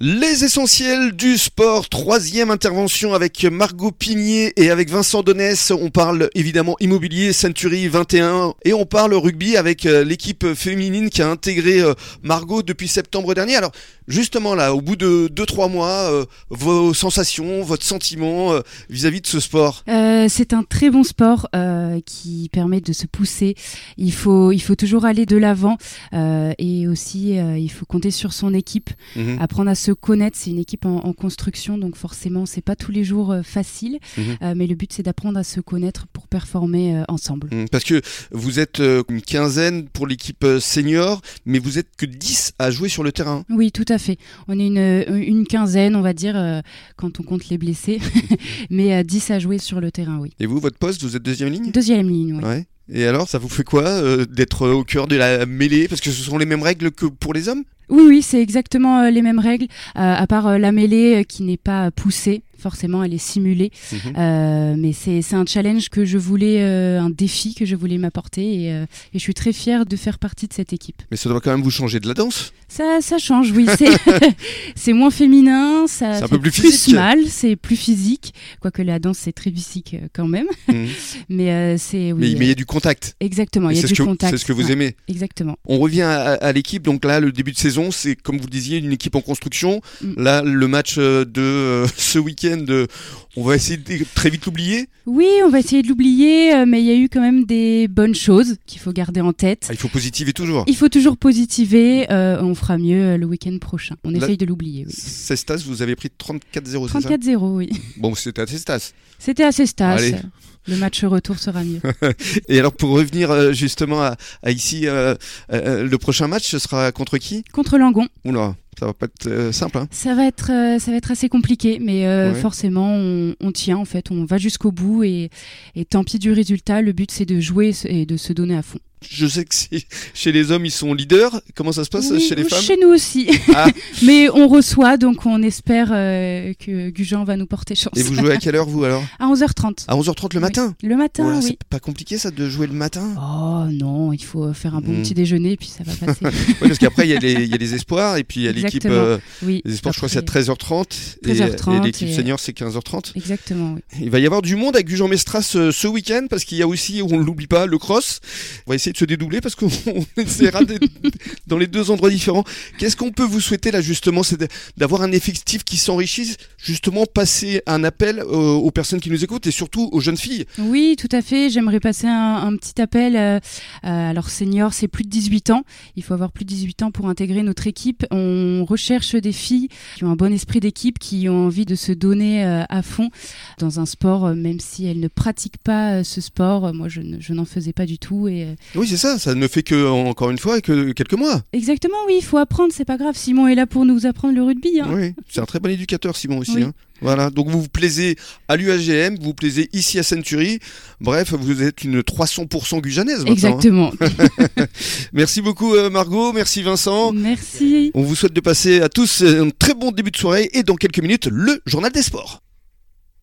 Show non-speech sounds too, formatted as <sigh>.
Les essentiels du sport, troisième intervention avec Margot Pigné et avec Vincent Donès. On parle évidemment immobilier, Century 21 et on parle rugby avec euh, l'équipe féminine qui a intégré euh, Margot depuis septembre dernier. Alors justement là, au bout de 2-3 mois, euh, vos sensations, votre sentiment euh, vis-à-vis de ce sport Euh, c'est un très bon sport euh, qui permet de se pousser. Il faut, il faut toujours aller de l'avant euh, et aussi euh, il faut compter sur son équipe, Mhm. apprendre à se connaître. C'est une équipe en, en construction, donc forcément c'est pas tous les jours euh, facile, Mhm. Euh, mais le but c'est d'apprendre à se connaître pour performer euh, ensemble. Mm, Parce que vous êtes euh, une quinzaine pour l'équipe euh, senior, mais vous êtes que 10 à jouer sur le terrain. Oui, tout à fait. On est une, euh, une quinzaine, on va dire, euh, quand on compte les blessés, <laughs> mais euh, 10 à jouer sur le terrain, oui. Et vous, votre poste, vous êtes deuxième ligne Deuxième ligne, oui. Ouais. Et alors, ça vous fait quoi euh, d'être au cœur de la mêlée Parce que ce sont les mêmes règles que pour les hommes Oui, oui, c'est exactement euh, les mêmes règles, euh, à part euh, la mêlée euh, qui n'est pas poussée. Forcément, elle est simulée, Euh, mais c'est c'est un challenge que je voulais, euh, un défi que je voulais m'apporter, et, euh, et je suis très fière de faire partie de cette équipe. Mais ça doit quand même vous changer de la danse. Ça, ça change, oui, <laughs> c'est <laughs> c'est moins féminin, ça C'est un fait peu plus physique. mal, c'est plus physique, quoique la danse c'est très physique euh, quand même, Mhm. <laughs> mais euh, c'est mais mais oui, il y a du contact. euh, exactement, Et il y a c'est ce, du que- contact, c'est ce que vous ouais, aimez. exactement. On revient à, à l'équipe. Donc là, le début de saison, c'est comme vous le disiez, une équipe en construction. Mm. Là, le match euh, de euh, ce week-end, euh, on va essayer de très vite l'oublier. Oui, on va essayer de l'oublier, euh, mais il y a eu quand même des bonnes choses qu'il faut garder en tête. Ah, il faut positiver toujours. Il faut toujours positiver, euh, on fera mieux euh, le week-end prochain. On La- essaye de l'oublier, oui. Cestas, vous avez pris 34-0, c'est ça 34-0, oui. Bon, c'était à Cestas. C'était assez stas. Allez. Le match retour sera <laughs> mieux. Et alors, pour revenir euh, justement à, à ici, euh, euh, le prochain match, ce sera contre qui Contre Langon, Oula, ça va pas être euh, simple. Hein. ça va être, euh, ça va être assez compliqué, mais euh, Ouais. forcément, on, on tient en fait, on va jusqu'au bout et, et tant pis du résultat. Le but, c'est de jouer et de se donner à fond. Je sais que c'est- <laughs> chez les hommes, ils sont leaders. Comment ça se passe Oui, chez les femmes Chez nous aussi. Ah. <laughs> mais on reçoit, donc on espère euh, que Gujan va nous porter chance. Et vous jouez à quelle heure, vous, alors À 11h30. À 11h30 le matin Le matin, Oula, oui. C'est pas compliqué, ça, de jouer le matin Oh non, il faut faire un bon Mm. petit déjeuner et puis ça va <laughs> passer. Oui, parce qu'après, il y, a les- il y a les espoirs, et puis il y a l'équipe... Exactement. euh, Oui. les espoirs, je crois, Après- c'est à 13h30, et- 13h30, et, l'équipe et- senior, c'est 15h30. Exactement, oui. Il va y avoir du monde à Gujan-Mestras euh, ce week-end, parce qu'il y a aussi, on ne l'oublie pas, le cross. On va essayer de se dédoubler, parce qu'on <laughs> on essaiera <laughs> d'être dans les deux endroits différents. Qu'est-ce qu'on peut vous souhaiter, là, justement C'est de- d'avoir un effectif qui s'enrichisse, justement, passer un appel euh, aux personnes qui nous écoutent, et surtout aux jeunes filles. Oui, tout à fait. J'aimerais passer un, un petit appel. euh, euh, alors, senior, c'est plus de 18 ans. Il faut avoir plus de 18 ans pour intégrer notre équipe. On recherche des filles qui ont un bon esprit d'équipe, qui ont envie de se donner euh, à fond dans un sport, euh, même si elles ne pratiquent pas euh, ce sport. Euh, Moi, je, ne- je n'en faisais pas du tout. Et, euh, Oui, c'est ça, ça ne fait que, encore une fois, que quelques mois. Exactement, oui, il faut apprendre. C'est pas grave. Simon est là pour nous apprendre le rugby. hein. Oui, c'est un très bon éducateur, Simon aussi. Oui. hein. Voilà, donc vous vous plaisez à l'UAGM, vous vous plaisez ici à Century. Bref, vous êtes une 300% gujanaise maintenant. hein. Exactement. Merci beaucoup euh, Margot, merci Vincent. Merci. On vous souhaite de passer à tous euh, un très bon début de soirée et dans quelques minutes, le Journal des Sports.